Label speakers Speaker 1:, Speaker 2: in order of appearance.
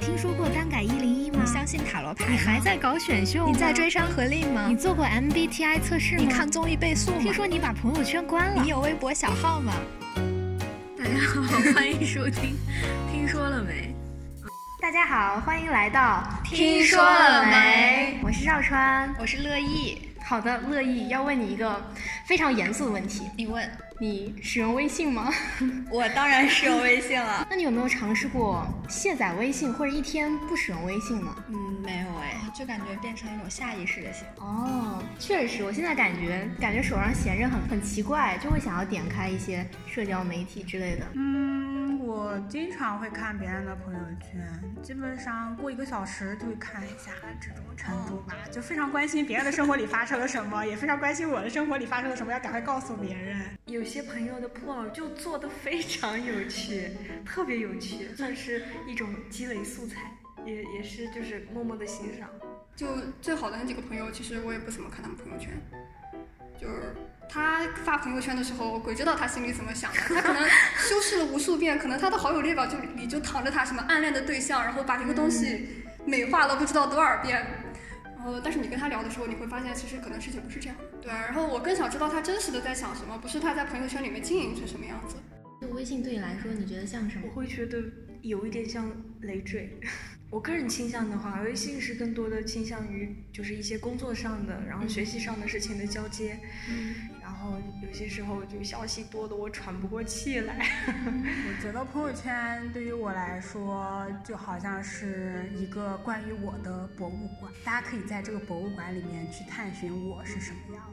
Speaker 1: 听说过单改一零一吗？
Speaker 2: 你相信塔罗牌吗？
Speaker 1: 你还在搞选秀吗？
Speaker 2: 你在追山河令吗？
Speaker 1: 你做过 MBTI 测试吗？
Speaker 2: 你看综艺倍速吗？
Speaker 1: 听说你把朋友圈关了？
Speaker 2: 你有微博小号吗？
Speaker 1: 大家哎好，欢迎收听。 听说了没？大家好，欢迎来到
Speaker 2: 听说了没？
Speaker 1: 我是赵川。
Speaker 2: 我是乐意，
Speaker 1: 好的，乐意要问你一个非常严肃的问题：
Speaker 2: 你问
Speaker 1: 你使用微信 吗？
Speaker 2: 我当然是有微信了。
Speaker 1: 那你有没有尝试过卸载微信，或者一天不使用微信呢？
Speaker 2: 嗯，没有哎，就感觉变成一种下意识的行为。
Speaker 1: 哦，确实，我现在感觉感觉手上闲着很很奇怪，就会想要点开一些社交媒体之类的。
Speaker 3: 嗯，我经常会看别人的朋友圈，基本上过一个小时就会看一下这种程度吧，就非常关心别人的生活里发生了什么，也非常关心我的生活里发生了什么，要赶快告诉别人。
Speaker 4: 有些朋友的 blog 就做的非常有趣， 特别有趣，算是一种积累素材，也也是就是默默的欣赏。
Speaker 5: 就最好的那几个朋友，其实我也不怎么看他们朋友圈，就是他发朋友圈的时候，鬼知道他心里怎么想的。他可能修饰了无数遍，可能他的好友列表就里就躺着他什么暗恋的对象，然后把这个东西美化了不知道多少遍。然后，但是你跟他聊的时候，你会发现其实可能事情不是这样。对，啊然后我更想知道他真实的在想什么，不是他在朋友圈里面经营成什么样子。
Speaker 1: 就微信对你来说，你觉得像什么
Speaker 4: 我？会觉得有一点像累赘。 我个人倾向的话，微信是更多的倾向于就是一些工作上的，然后学习上的事情的交接，然后有些时候就消息多的我喘不过气来。
Speaker 3: 我觉得朋友圈对于我来说，就好像是一个关于我的博物馆，大家可以在这个博物馆里面去探寻我是什么样